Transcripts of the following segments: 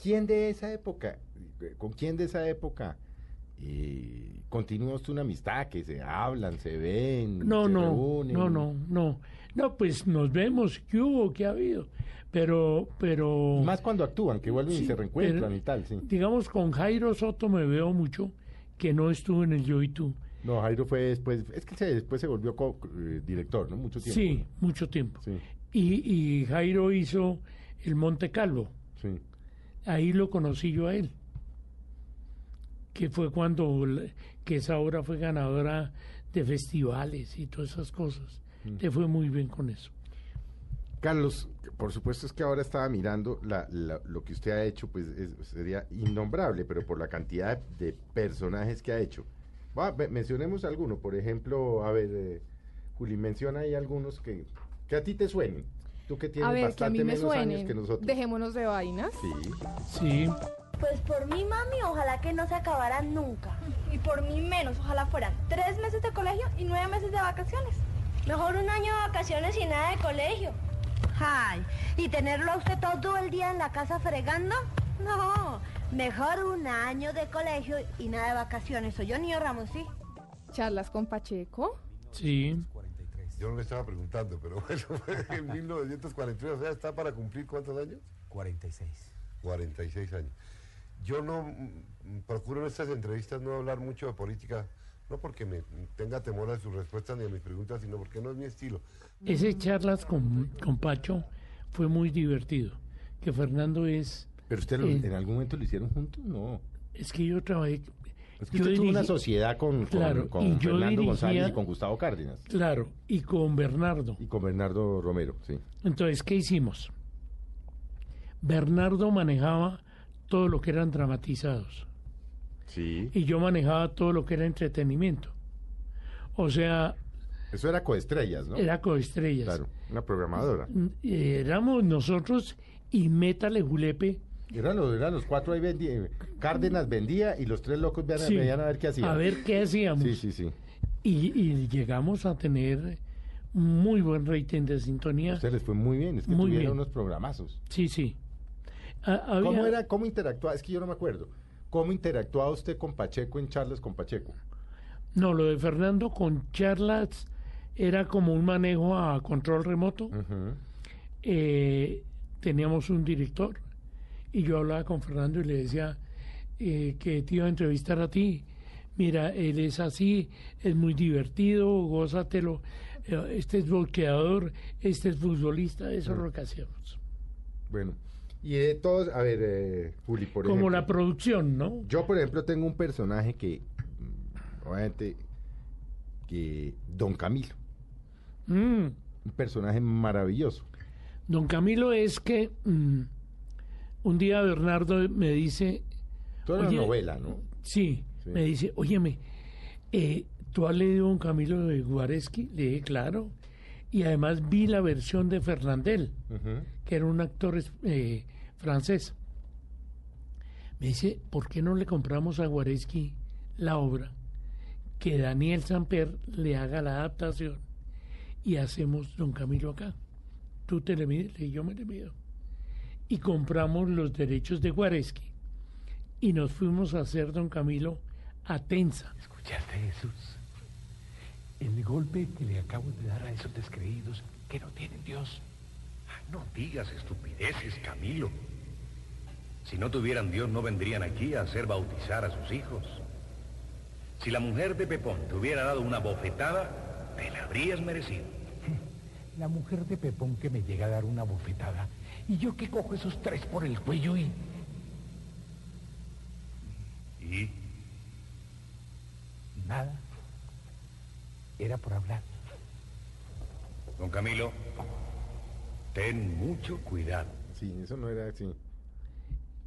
¿Quién de esa época, eh, con quién de esa época eh, continúa usted una amistad, que se hablan, se ven, No, se no, reúnen? no, no, no. No, pues nos vemos, ¿qué hubo? ¿Qué ha habido? Pero, pero, Más cuando actúan, que vuelven y se reencuentran pero- y tal, sí. digamos, con Jairo Soto me veo mucho, que no estuvo en el Yo y Tú. No, Jairo fue después, es que se- después se volvió co- eh, director, ¿no? Mucho tiempo. Sí, mucho tiempo. Sí, Y, y Jairo hizo el Monte Calvo. sí. Ahí lo conocí yo a él. Que fue cuando, la- que esa obra fue ganadora de festivales y todas esas cosas. Mm. Te fue muy bien con eso. Carlos, por supuesto es que ahora estaba mirando la- la- lo que usted ha hecho, pues es- sería innombrable, pero por la cantidad de, de personajes que ha hecho. Va, ve- mencionemos alguno, por ejemplo, a ver, eh, Juli, menciona ahí algunos que, que a ti te suenen. Tú que tienes A ver, que a bastante mí me menos años suenen. que nosotros. Dejémonos de vainas. Sí. Sí, Pues por mi mami, ojalá que no se acabaran nunca. Y por mí menos, ojalá fueran tres meses de colegio y nueve meses de vacaciones. Mejor un año de vacaciones y nada de colegio. Ay, ¿y tenerlo a usted todo el día en la casa fregando? No, mejor un año de colegio y nada de vacaciones. Soy yo, niño Ramón, sí. Charlas con Pacheco. sí. Yo no me estaba preguntando, pero bueno, fue en 1943, o sea, está para cumplir cuántos años? 46. 46 años. Yo no mm, procuro en estas entrevistas no hablar mucho de política, no porque me tenga temor a sus respuestas ni a mis preguntas, sino porque no es mi estilo. Ese charlas con, con Pacho fue muy divertido. Que Fernando es. Pero usted lo- Sí. en algún momento lo hicieron juntos, no. Es que yo trabajé. Es que yo usted tuvo una dirigí- sociedad con, con- Claro, con y yo Fernando dirigía- González y con Gustavo Cárdenas. Claro, y con Bernardo. Y con Bernardo Romero, sí. Entonces, ¿qué hicimos? Bernardo manejaba todo lo que eran dramatizados Sí. y yo manejaba todo lo que era entretenimiento. O sea, Eso era coestrellas, ¿no? era coestrellas. Mm, Claro, una programadora. Éramos nosotros y Métale Julepe. Eran los, eran los cuatro ahí vendía, Cárdenas vendía y los tres locos vean- sí, veían a ver qué hacían. A ver qué hacíamos. Sí, sí, sí. Y, y llegamos a tener muy buen rating de sintonía. A ustedes les fue muy bien, es que Muy tuvieron bien. unos programazos. Sí, sí. Ah, había- ¿Cómo era, cómo interactuaba? Es que yo no me acuerdo. ¿Cómo interactuaba usted con Pacheco en charlas con Pacheco? No, lo de Fernando con charlas era como un manejo a control remoto. Mm. Eh, teníamos un director y yo hablaba con Fernando y le decía eh, que te iba a entrevistar a ti. Mira, él es así, es muy divertido, gózatelo. Eh, Este es bloqueador, este es futbolista, eso Mm. es lo que hacíamos. Bueno, y de todos, a ver, eh, Juli, por Como la ejemplo. producción, ¿no? Yo, por ejemplo, tengo un personaje que, mm, obviamente, que Don Camilo, Mm. un personaje maravilloso. Don Camilo es que mm, un día Bernardo me dice, Toda la Oye, novela, ¿no? Sí, Sí. me dice, óyeme, eh, ¿tú has leído Don Camilo de Guareschi? Le dije, claro. Y además vi la versión de Fernandel, Ujú. que era un actor es- eh, francés. Me dice, ¿por qué no le compramos a Guareschi la obra? Que Daniel Samper le haga la adaptación y hacemos Don Camilo acá. Tú te le mides, le- yo me le mido. Y compramos los derechos de Guareschi y nos fuimos a hacer Don Camilo a Tensa. Escucharte, Jesús. El golpe que le acabo de dar a esos descreídos que no tienen Dios. No digas estupideces, Camilo. Si no tuvieran Dios, no vendrían aquí a hacer bautizar a sus hijos. Si la mujer de Pepón te hubiera dado una bofetada, te la habrías merecido. La mujer de Pepón que me llega a dar una bofetada. Y yo que cojo esos tres por el cuello y... Y Nada. Era por hablar. Don Camilo, ten mucho cuidado. Sí, eso no era así.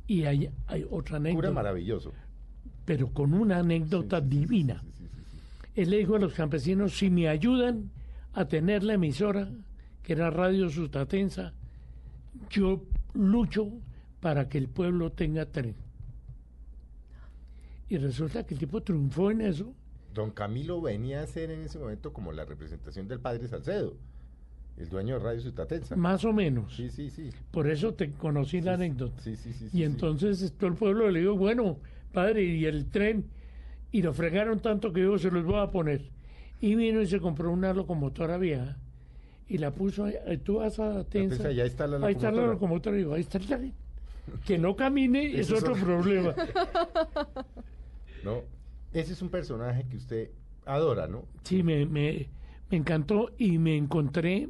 Y hay, hay Cura otra anécdota, maravilloso. pero con una anécdota divina. Él le dijo a los campesinos, si me ayudan a tener la emisora, que era Radio Sustatensa, yo lucho para que el pueblo tenga tren. Y resulta que el tipo triunfó en eso. Don Camilo venía a ser en ese momento como la representación del padre Salcedo, el dueño de Radio Sutatensa. Más o menos. Sí, sí, sí. Por eso te conocí la anécdota. Sí, sí, sí. sí, Y sí. entonces todo el pueblo le dijo, bueno, padre, y el tren. Y lo fregaron tanto que yo se los voy a poner. Y vino y se compró una locomotora vieja y la puso, ahí. Eh, tú vas a Tensa. Tensa, y ahí está la Ahí está la locomotora. locomotora. Y digo, ahí está el tren. Que no camine es Eso es otro otro- problema. No, ese es un personaje que usted adora, ¿no? Sí, me, me, me encantó y me encontré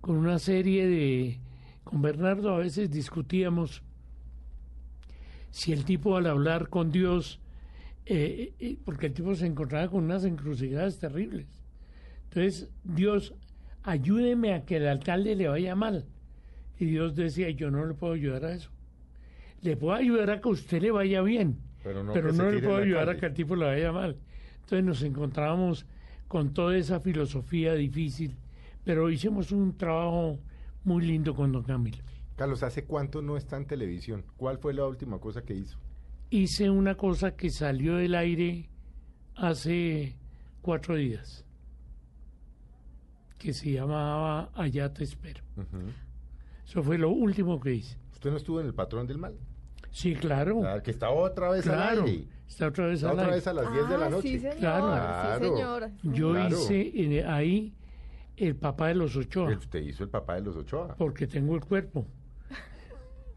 con una serie de... Con Bernardo a veces discutíamos si el tipo al hablar con Dios, eh, eh, porque el tipo se encontraba con unas encrucijadas terribles. Entonces, Dios, ayúdeme a que el alcalde le vaya mal. Y Dios decía, yo no le puedo ayudar a eso. Le puedo ayudar a que a usted le vaya bien, Pero no pero no, que se le tire en puedo la ayudar calle. a que al tipo le vaya mal. Entonces nos encontrábamos con toda esa filosofía difícil, pero hicimos un trabajo muy lindo con don Camilo. Carlos, ¿hace cuánto no está en televisión? ¿Cuál fue la última cosa que hizo? Hice una cosa que salió del aire hace cuatro días, que se llamaba Allá te espero. Eso fue lo último que hice. ¿Usted no estuvo en El Patrón del Mal? Sí, claro. Ah, que está otra vez Uh. Claro, al aire. está otra vez Está al otra aire. vez a las 10 de la Ah, noche. Sí, señor. Claro. Sí, señor. Yo Claro. hice eh, ahí el papá de los Ochoa, El- Usted hizo El Papá de los Ochoa. porque tengo el cuerpo.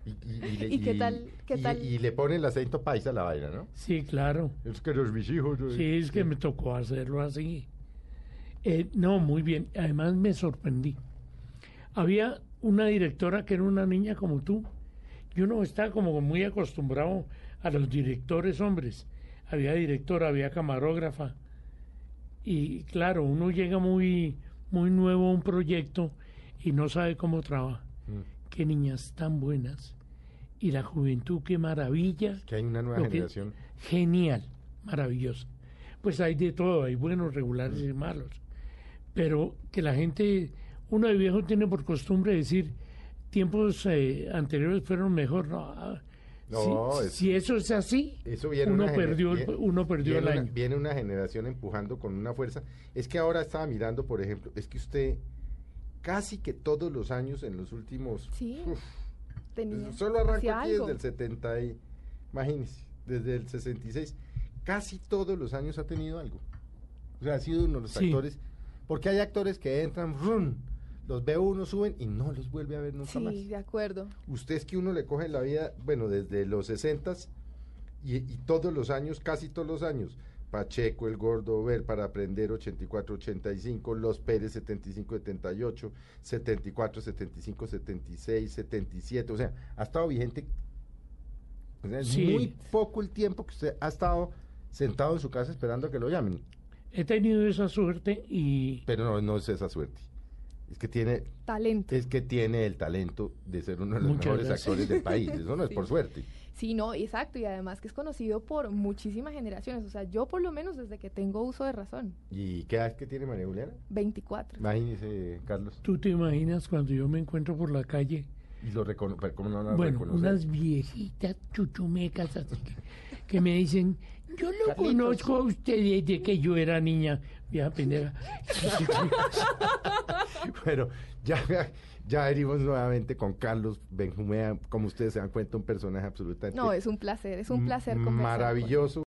Y, y- y le- ¿Y qué tal- qué y- tal? y le pone el acento paisa a la vaina, ¿no? Sí, claro. Es que los mis hijos... yo- Sí, es que me tocó hacerlo así. Eh, no, muy bien. Además me sorprendí. Había una directora que era una niña como tú. Yo no estaba como muy acostumbrado a los directores hombres. Había directora, había camarógrafa. Y claro, uno llega muy, muy nuevo a un proyecto y no sabe cómo trabaja. Qué niñas tan buenas. Y la juventud, qué maravilla. Que hay una nueva Lo que- generación. Genial, maravilloso. Pues hay de todo, hay buenos, regulares y malos. Pero que la gente, uno de viejo tiene por costumbre decir, tiempos eh, anteriores fueron mejor. No, ah, No, si, es- si eso es así, Eso viene uno, una gener- perdió, el- vie- uno perdió viene el una- año. viene una generación empujando con una fuerza. Es que ahora estaba mirando, por ejemplo, es que usted casi que todos los años en los últimos... Sí. Uf, Tenía. solo arranco hacía aquí algo. desde el 70 y... Imagínese, desde el 66. Casi todos los años ha tenido algo. O sea, ha sido uno de los Sí. actores... Porque hay actores que entran, ¡rum! los ve uno, suben y no los vuelve a ver nunca más. Sí, de acuerdo. Usted es que uno le coge la vida, bueno, desde los 60 y, y todos los años, casi todos los años. Pacheco, el Gordo, Ver para aprender 84, 85, Los Pérez 75, 78, 74, 75, 76, 77. O sea, ha estado vigente. O sea, es Sí. muy poco el tiempo que usted ha estado sentado en su casa esperando a que lo llamen. He tenido esa suerte y Pero no, no es esa suerte. Es que tiene, Talento. es que tiene el talento de ser uno de los Muchas mejores gracias. actores del país. Eso no es por suerte. Sí, no, exacto. Y además que es conocido por muchísimas generaciones. O sea, yo por lo menos desde que tengo uso de razón. ¿Y qué edad es que tiene María Juliana? 24. Imagínese, Carlos. tú te imaginas cuando yo me encuentro por la calle Y lo recono pero ¿Cómo Ah, no la Bueno, reconoce? unas viejitas chuchumecas así que, que me dicen, yo lo conozco a usted desde que yo era niña. Vieja pendeja. Pero ya, ya venimos nuevamente con Carlos Benjumea. Como ustedes se dan cuenta, un personaje absolutamente No, es un placer, es un placer conversar con él. maravilloso.